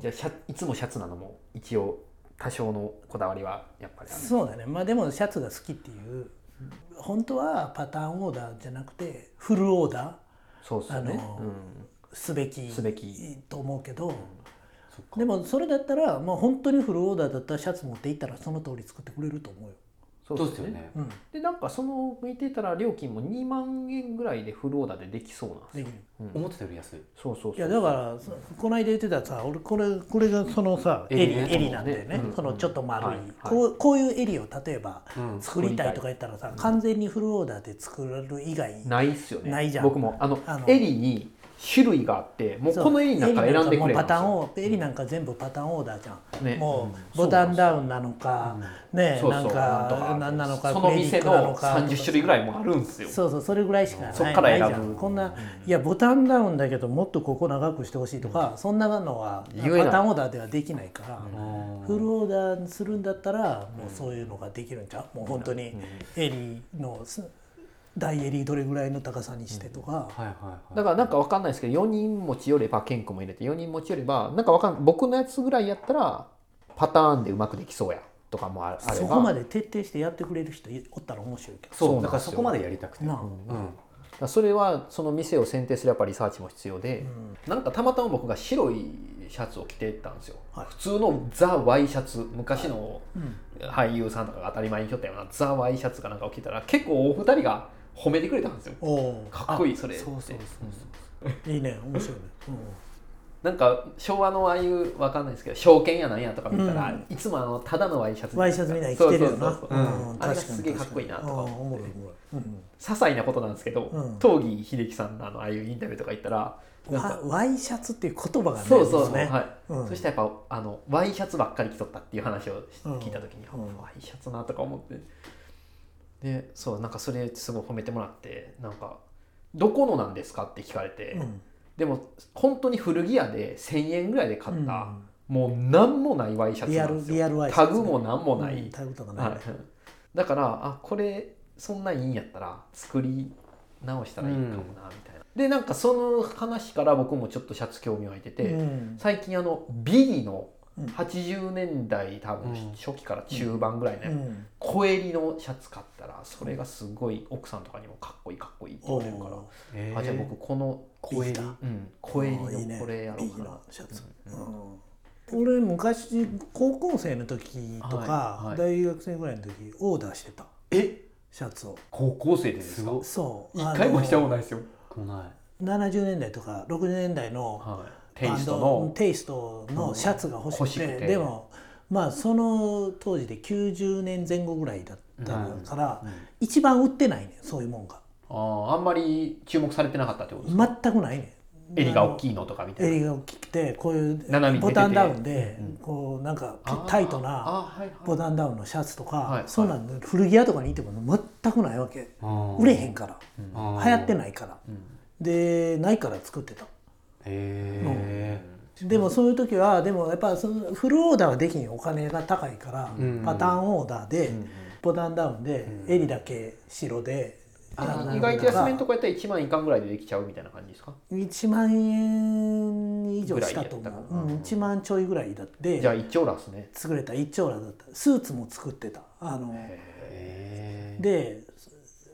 じゃあシャいつもシャツなのも一応多少のこだわりはやっぱりあるそうだねまあでもシャツが好きっていう本当はパターンオーダーじゃなくてフルオーダそうっすよね、あのーすべきすべきと思うけど、そっかでもそれだったらまあ本当にフルオーダーだったらシャツ持っていったらその通り作ってくれると思うよ。うんそそううっですすよよねね。うん、でなんかその向いてたら料金も2万円ぐらいでフルオーダーでできそうなんですでよ、きるうん思ってたより安い。そうそうそういやだからそこの間言ってたさ俺これこれがそのさ襟襟ね襟なんだよね、うんそのちょっと丸い、はいはいこうこういう襟を例えばうん作りたいとか言ったらさ、完全にフルオーダーで作る以外ないっすよねないじゃん僕もあのあの襟に種類があってもうこの襟の中から選んでくれもうパターンをを襟なんか全部パターンオーダーじゃん、ねもううんボタンダウンなのか、ねそうなそんうかなんなのかそのクレディ店ックなの30種類ぐらいもあるんですよそうそうそれぐらいしかないそっから選ぶないじゃんこんないやボタンダウンだけどもっとここ長くしてほしいとか、そんなのはパ言えないターンオーダーではできないから、フルオーダーにするんだったらもうそういうのができるんちゃうもう本当に襟のす大襟どれぐらいの高さにしてとか、はいはいはだい。からなんかわかんないですけど4人持ち寄れば健康も入れて4人持ち寄ればなんかわかん僕のやつぐらいやったらパターンでうまくできそうやとかもああればそこまで徹底してやってくれる人いおったら面白いけそうなそう、んだですよからそこまでやりたくて。どなう。んあ、だからそれはその店を選定するやっぱリサーチも必要で、なんかたまたま僕が白いシャツを着てたんですよ、はい普通のザ・ワイシャツ昔の俳優さんとかが当たり前に着よったようなザ・ワイシャツかなんかを着たら結構お二人が褒めてくれたんですよおおかっこいいそれってそうそうそういいね面 白いね、なんか昭和のああいうわかんないですけど証券やなんやとか見たら、ういつもあのただのワイシャツうん、ワイシャツみたいに着てるよそうなそうそううそうんうん確かあれがにすげえかっこいいなとかうんお思もっろていおもろいうん些細なことなんですけど、うん東儀秀樹さんのあのああいうインタビューとか行ったらなんかワワイシャツっていう言葉がねそうそうそう、もね、はいうんそしてやっぱあのワイシャツばっかり着とったっていう話をしうん聞いた時に、あうんワイシャツなとか思ってでそうなんかそれすごい褒めてもらってなんか「どこのなんですか?」って聞かれて、うんでも本当に古着屋で1,000円ぐらいで買った、うんもう何もないワイシャツリアなんでルすよリアルワイシタャツね、グも何もない、うんタグとかない、はい、だからあこれそんなんいいんやったら作り直したらいいかもな、うんみたいなでなんかその話から僕もちょっとシャツ興味湧いてて、うん最近あのビギのうん80年代多分うん初期から中盤ぐらいのやつ、うん小襟のシャツ買ったらそれがすごい奥さんとかにもかっこいいかっこいいって言おわれるから、ーえあじゃあ僕この小襟だうん、小襟おーいのいねこれやろうかな、ビーのシャツ、ううん俺昔高校生の時とか、はいはい大学生ぐらいの時オーダーしてたえシャツを高校生でですすかごそう一回もしたことないですよ、こない。 70年代とか60年代のはい、テイストバンドのテイストのシャツが欲しくて,、うん欲しくてでもまあその当時で90年前後ぐらいだったから、一番売ってないねんそういうもんがあーあんまり注目されてなかったってことですか、全くないねん襟が大きいのとかみたいな襟が大きくてこうい斜めに出ててうボタンダウンでこうなんかピタイトなあーはいはいボタンダウンのシャツとはかいそんなん古着屋とかにいても全くないわけ売れへんから流流行ってない。ないからでないから作ってたへでもそういう時はでもやっぱそのフルオーダーはできんお金が高いからうんパターンオーダーでボタンダウンで襟だけ白でああのー意外と安めんとこやったら1万いかんぐらいでできちゃうみたいな感じですか1万円以上したとぐらいや思ったかう、なうん、1万ちょいぐらいだってじゃあ一丁羅ですね作れた一丁羅だったスーツも作ってたあのえ。で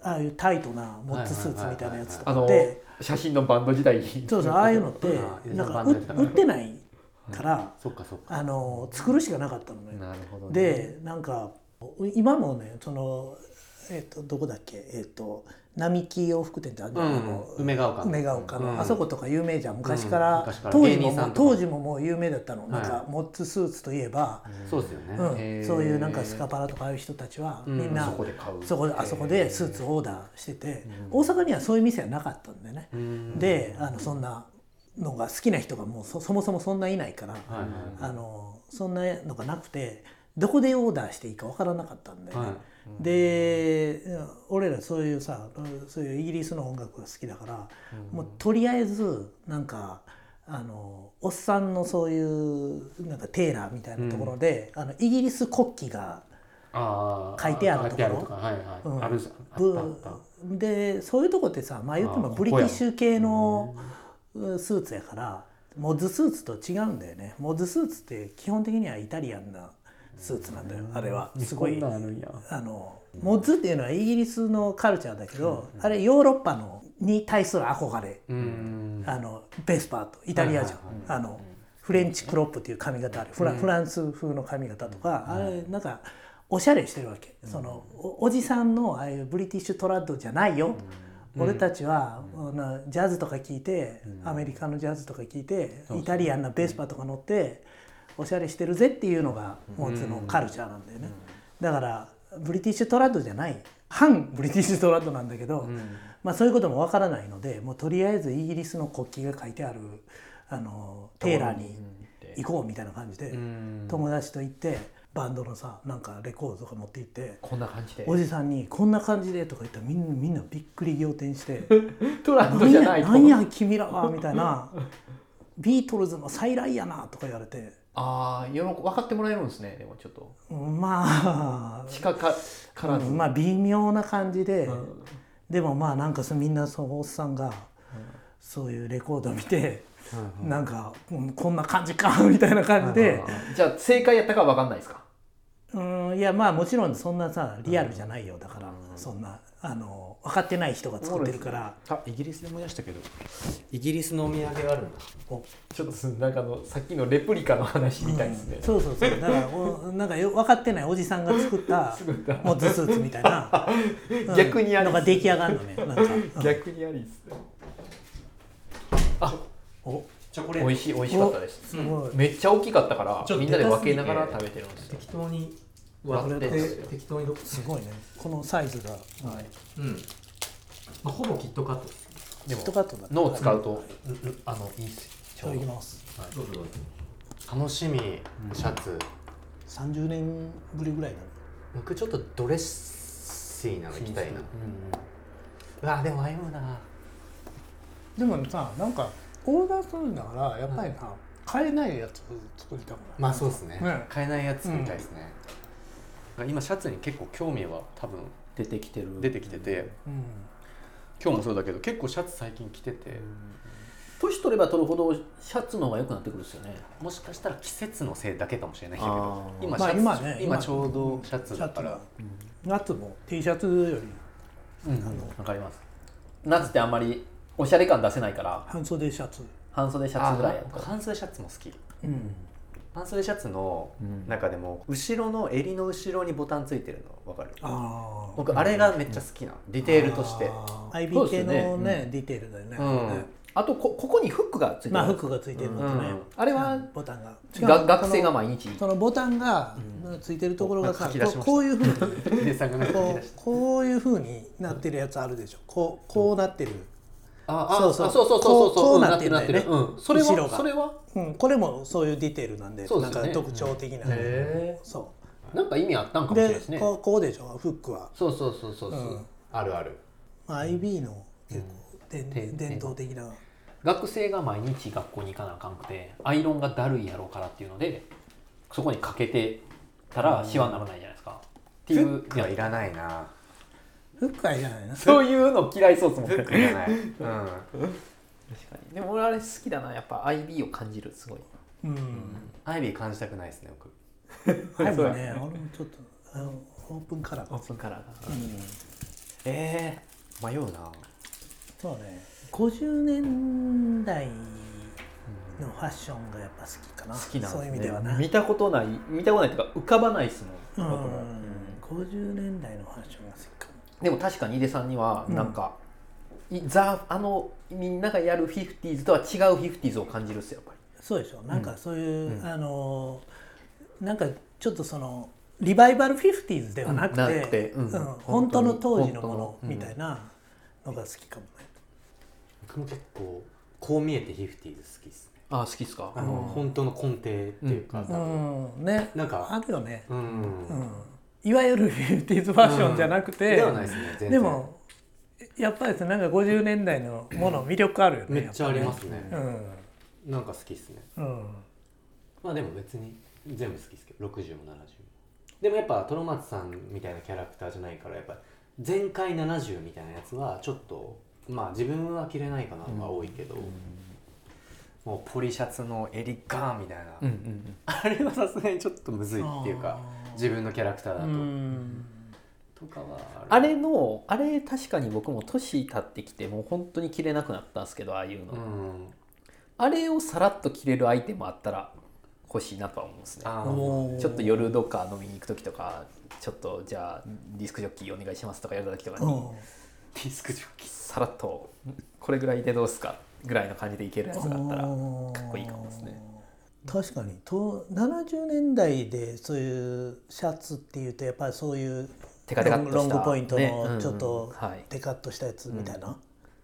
ああいうタイトなモッツスーツみたいなやつとあかので写真のバンド時代にそうそうああいうのってうんなんかバンドやってたか売ら売ってないからそっかそっか。あの作るしかなかったのね。なるほど、ね、でなんか今もねそのえっ、とどこだっけえっ、と並木洋服店ってあるじゃん、あの梅ヶ丘。梅ヶ丘の、うんあそことか有名じゃん昔から,、うん昔から当時芸も人さんとか当時ももう有名だったの、なんはかモッツスーツといえば、そうですよね。うんへーそういうなんかスカパラとかああいう人たちは、うんみんなそこで買うそこであそこでスーツをオーダーしてて、大阪にはそういう店はなかったんでね、うんであのそんなのが好きな人がもうそそもそもそんないないから、はいはいはいあのそんなのがなくてどこでオーダーしていいかわからなかったんで、はでうん俺らそういうさうんそういうイギリスの音楽が好きだから、もうとりあえずなんかあのおっさんのそういうなんかテーラーみたいなところで、あのイギリス国旗があー書いてあるところ書いてとかはいはい、うんあるじゃんあぶったあったでそういうとこってさまあ言ってもあーブリティッシュ系のうんスーツやからモズスーツと違うんだよねモズスーツって基本的にはイタリアンなスーツなんだよあれはすごいこんなんあるんや。あのモズっていうのはイギリスのカルチャーだけど、あれヨーロッパのに対する憧れ、うん。あのベスパーとイタリア人、あのフレンチクロップっていう髪型ある、フラフランス風の髪型とか、あれなんかおしゃれしてるわけ、そのおおじさんのああいうブリティッシュトラッドじゃないよ、俺たちは、あのジャズとか聴いて、アメリカのジャズとか聴いて、イタリアンなベスパーとか乗っておしゃれしてるぜっていうのがモーツのカルチャーなんだよね、だからブリティッシュトラッドじゃない 反ブリティッシュトラッドなんだけど、まあ、そういうこともわからないのでもうとりあえずイギリスの国旗が書いてあるあのテーラーに行こうみたいな感じで、うん友達と行ってバンドのさなんかレコードとか持って行って。こんな感じでおじさんに「こんな感じで」とか言ったらみんなみんなびっくり仰天してトラ「ンドじゃやないとなんや君らは」みたいな「ビートルズの再来やな」とか言われてああ喜分かってもらえるんですねでもちょっとまあ近かからず、まあ微妙な感じで、でもまあなんかそうみんなそのおっさんが、そういうレコード見て、なんか、うんこんな感じかみたいな感じで、じゃあ正解やったかは分かんないですかうんいやまあもちろんそんなさリアルじゃないよだから、そんなあの分かってない人が作ってるから、あ、イギリスで思い出したけど、イギリスのお土産があるんだ。おちょっとなんかあのさっきのレプリカの話みたいですね、そうそうそうだからおなんかよ分かってないおじさんが 作った作ったモッズスーツみたいな、 うん逆にありのが出来上がるのねなんか、うん逆にありっすねおチョコ美味しい美味しかったですすごい、めっちゃ大きかったからちょっとみんなで分けながら食べてるんですよ適当に割って適当にどっすごいねこのサイズが、はい、うん。まあほぼキットカットです。でキットもカットだ脳を使うととううあのいいっすいただきますはいどうぞどうぞ楽しみシャツ、 30年ぶりぐらいだね僕ちょっとドレッシーなの行きたいな、うわでも迷うなでもさなんかオーダーするんだからやっぱりな、買えないやつ作りたくない、まあそうですね、ね買えないやつみたいですね、今シャツに結構興味は多分出てきてる出てきてて、うん、今日もそうだけど結構シャツ最近着てて、年取れば取るほどシャツの方が良くなってくるんですよねもしかしたら季節のせいだけかもしれないけどあー今シまあャツ、今ね今ちょうどシャツだから、夏も T シャツよりうんわかります夏ってあんまりおしゃれ感出せないから半袖シャツ半袖シャあツぐらいや僕半袖シャツも好きうん半袖シャツの中でも後ろの襟の後ろにボタンついてるのわかるあ僕あれがめっちゃ好きなのディテールとしてアイビそうーです系よねのねディテールだよね、うんねあとこここにフックがついてるまあフックがついてるのとね、うんあれはボタンがが学生がその毎日そのボタンがついてるところがさ、あ書き出こしうましたこういうふう にヒデさんがなんかこ引き出うしてこういうふうになってるやつあるでしょこうこうなってる、あそうそうあそうそうそうそうこうこそううなってんだよねなってるうんそれ後ろはがそれはうん、これもそういうディテールなんでそうでなすんよねか特徴的な、へそなんか意味あったんかもうしれないでですねこうこうでしょフックは、そうそうそうそうそう、うんあるあるまあ、IB の結構、でて伝統的な学生が毎日学校に行かなあかんくてアイロンがだるいやろうからっていうのでそこにかけてたらシワにならないじゃないですか、っていフうックはいらないなフックはいらないなそういうの嫌いそうですもんフックいらない、うん、確かにでも俺あれ好きだなやっぱ IB を感じるすごいうんアイビー感じたくないですね僕あれそうもだね俺もちょっとあのオープンカラーオーが、プンカラーがうん、えー、迷うなそうね50年代のファッションがやっぱ好きかな好きなんです、ね、そういう意味ではな、見たことない見たことないっていうか浮かばないですうもん僕も、ん、50年代のファッションが好きかもでも確かに井出さんにはなんか、いザあのみんながやるフィフティーズとは違うフィフティーズを感じるっすよやっぱりそうでしょなんかそういう、あのなんかちょっとそのリバイバルフィフティーズではなくて,、なくてうん本当の当時のも本の当のみたいなのが好きかもね、僕も結構こう見えてヒフティーズ好きですねあ好きっすかあの、本当の根底っていうか、多分うんねなんかあるよね、うんうん、いわゆるフィフティーズファッションじゃなくて、ではないですね全然でもやっぱりですねなんか50年代のもの魅力あるよねめっちゃありますねね、うんなんか好きですねうんまあでも別に全部好きですけど60も70もでもやっぱトロマツさんみたいなキャラクターじゃないからやっぱ前回70みたいなやつはちょっとまあ自分は着れないかなのが多いけど、もうポリシャツのエリガーみたいな、うんうんあれはさすがにちょっとむずいっていうかあー自分のキャラクターだと、うんとかはあれのあれ確かに僕も年経ってきてもう本当に着れなくなったんですけどああいうの、うんあれをさらっと着れるアイテムあったら欲しいなとは思うんですねあーおーちょっと夜どっか飲みに行く時とかちょっとじゃあディスクジョッキーお願いしますとかやった時とかうにんディスクジョッキーさらっとこれぐらいでどうすかぐらいの感じでいけるやつがあったらかっこいいかもですね確かにと70年代でそういうシャツっていうとやっぱりそういうテカテカっとしたロングロングポイントねうんうのんちょっとはいテカッとしたやつみたいな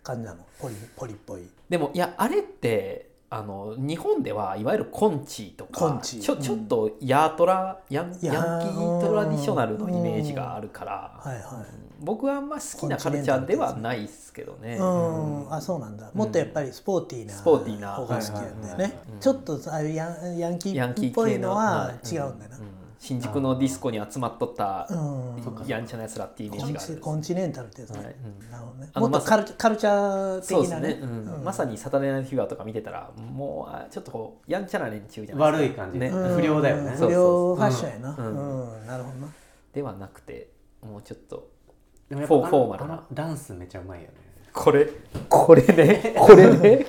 感じなの、ポリポリっぽいでもいやあれってあの日本ではいわゆるコンチとコかンチちょうんちょっとヤートラヤンヤヤーンキートラディショナルのイメージがあるから、はいはうん僕はあんま好きなカルチャーではないですけどいね。うん、あそうなんだもっとやっぱりスポーティーなスポーティーな方が好きなんだよはいはいねはいちょっとああいうヤンヤンキヤンキーっーぽ系いののははい違うんだよなうん新宿のディスコに集まっとったうん、やんちゃなやつらっていうイメーコジンがあチる。コンチネンタルってやつね、はいうんなるほどねあものっとカルカルチャーそうで的すなねね、うんまさに「サタデーナイトフィーバー」とか見てたらもうあちょっとこうやんちゃな連中じゃない悪い感じ、ね不良だよね、ん不そう良ファッションやな。ううんん、なるほどな。ではなくてもうちょっとでもやっぱフォーあのフォーマルなあのダンスめちゃうまいよねこれこれ ねこれね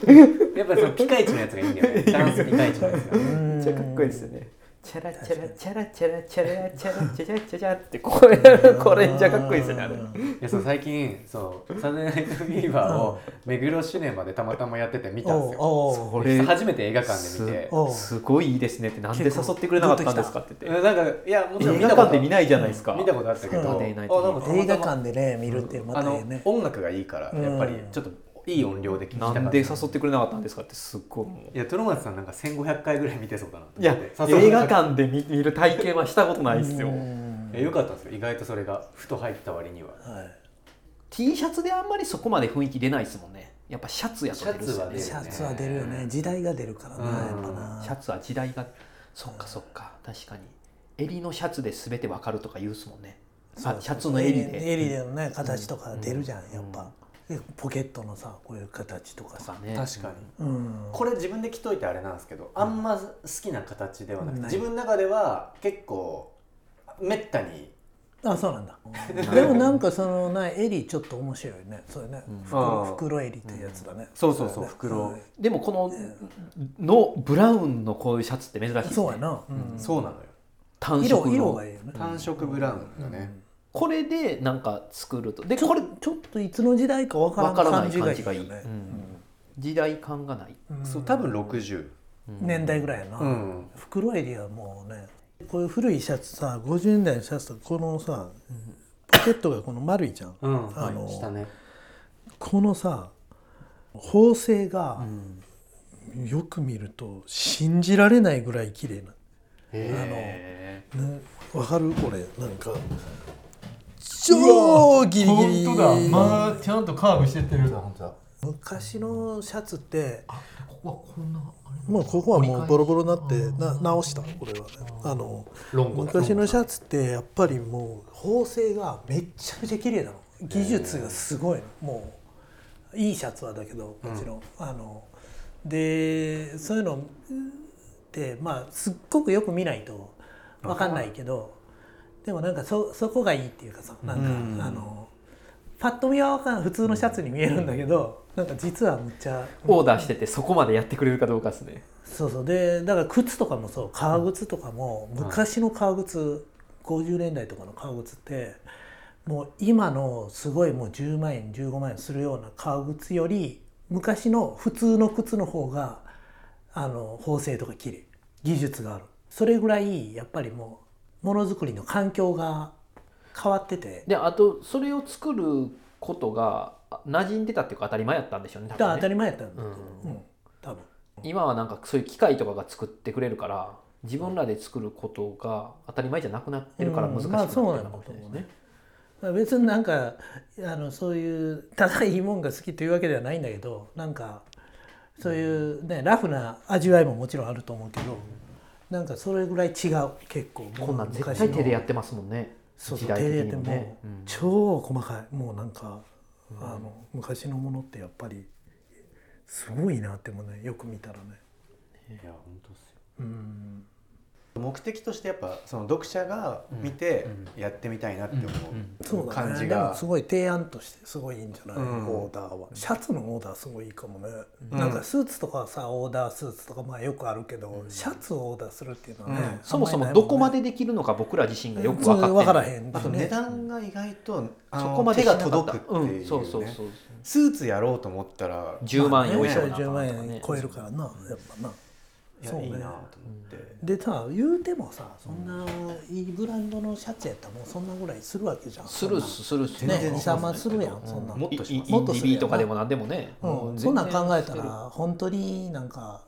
やっぱりそのピカイチのやつがいいんだよねダンスピカイチのやつがめっちゃかっこいいですよね。チャラチャラチャラチャラチャラチャラチャラチャラチャラってこれこれめっちゃかっこいいですよねあれ。いやそう最近そう「サンデーナイトフィーバー」を目黒シネマでたまたまやってて見たんですよおうおうこれ初めて映画館で見ておうすごいいいですねってなんで誘ってくれなかったんですかって言ってうんなんかいやもちろん映見た画こ館とで見ないじゃないですか。見たことあったけど、そう映画あなんかたまたま映画館でね見るってまたあいのいね。音楽がいいからやっぱりちょっといい音量で聴きたかったなんで誘ってくれなかったんですかってすっごいもういやトロマツさんなんか1500回ぐらい見てそうだなと思っていや誘われ映画館で見見る体験はしたことないですようんいやよかったんですよ意外とそれがふと入った割には T シャツであんまりそこまで雰囲気出ないですもんねやっぱシャツやと出るっすよシャツは出ねるシャツは出るよね。時代が出るからな、うんやっぱな。シャツは時代がそっかそっか確かに襟のシャツで全てわかるとか言うっすもんねあシャツの襟で襟でのね形とか出るじゃん、やっぱ。ポケットのさこういう形とかとかさ。ね確かにうん。これ自分で着といてあれなんですけどあんま好きな形ではなくてない自分の中では結構めったにあそうなんだ。でもなんかそのな襟ちょっと面白いね。それね。袋あー袋襟ってやつだね。そうそうそうれね袋んでもこののブラウンのこういうシャツって珍しいですそうやねな。うんそうなのよ単色色の色がいいよね。単色ブラウンだねこれでなんか作るとでこれちょっといつの時代かわからわんからな感いじが感いいじよがいいねうん時代感がないそう多分60年代ぐらいやな、うん袋襟はもうねこういう古いシャツさ50年代のシャツとかこのさポケットがこの丸いじゃん、うんあのはいしたねこのさ縫製が、よく見ると信じられないぐらい綺麗なへーねわかるこれなんか超ギリギリあちゃんとカーブしてってる本当だ昔のシャツってここはこんなまあここはもうボロボロになってな直したこれはねあの論語だ昔のシャツってやっぱりもう縫製がめっちゃくちゃ綺麗なの技術がすごいのもういいシャツはだけどもちろん、あのでそういうのってまあすっごくよく見ないと分かんないけどでもなんかそそこがいいっていうかさなんか、うんあのパッと見はわかん普通のシャツに見えるんだけど、なんか実はむっちゃオーダーしててそこまでやってくれるかどうかですねそうそうでだから靴とかもそう革靴とかも昔の革靴50年代とかの革靴ってもう今のすごいもう10万円15万円するような革靴より昔の普通の靴の方があの縫製とか綺麗技術があるそれぐらいやっぱりもうものづくりの環境が変わっててであとそれを作ることがあ馴染んでたっていうか当たり前やったんでしょうね多だ分ねから当たり前やったんだと思う、うんうん、多分今はなんかそういう機械とかが作ってくれるから自分らで作ることが当たり前じゃなくなってるから難しくなってるのかもしれないですね。別になんかあのそういうただいいもんが好きというわけではないんだけどなんかそういう、ね、ラフな味わいももちろんあると思うけどなんかそれぐらい違う結構こんなん絶対手でやってますもんね。そう時そ代う手でやっ的てにもも、ね。超細かいもうなんか、あの昔のものってやっぱりすごいなってもねよく見たらねいや本当っすようん目的としてやっぱその読者が見てやってみたいなって思そううだ感ねじでもがすごい提案としてすごいいいんじゃない、うんオーダーはシャツのオーダーすごいいいかもね、なんかスーツとかさオーダースーツとかまあよくあるけど、シャツをオーダーするっていうのはね、うんそもそもどこまでできるのか僕ら自身がよく分かって分からんへんあと値ね段が意外とあそのこまで手しながかった届くっていうねんそうそうそうスーツやろうと思ったら10万円ねをまあ超えなあかんと10か万ね円超えるからなやっぱないやそうねいいなと思ってでさ言うてもさそんないいブランドのシャツやったらもうそんなぐらいするわけじゃんするっそすするっすんな全ね然二しま三す万するやんそんなもっとしインますインディビーとかでもなんでもね、う、うんんそんなん考えた全然ら本当になんか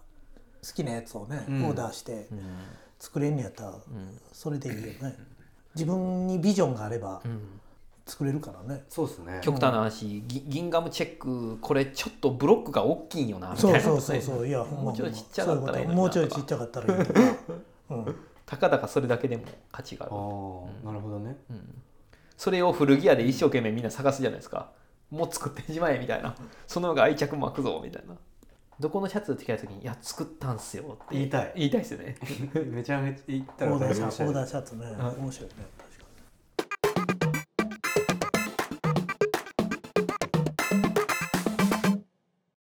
好きなやつをね、うんオーダーして作れんのやったらそれでいいよね、自分にビジョンがあれば作れるからね、そうですね極端な話ぎギンガムチェックこれちょっとブロックが大きいよなみたいそうなそうそううそういやほんまもうちょいちっちゃかったらいいのになもうちょいちっちゃかったらい いのになうんたかだかそれだけでも価値がああるあなるほどねそれを古着屋で一生懸命みんな探すじゃないですかもう作ってしまえみたいなその方が愛着も湧くぞみたいなどこのシャツって聞かれた時に「いや作ったんすよ」って言いたい言いたいですよね めちゃめちゃ言ったらオーダだいーぶシャツおしゃオーれダーシャツね面白いね確か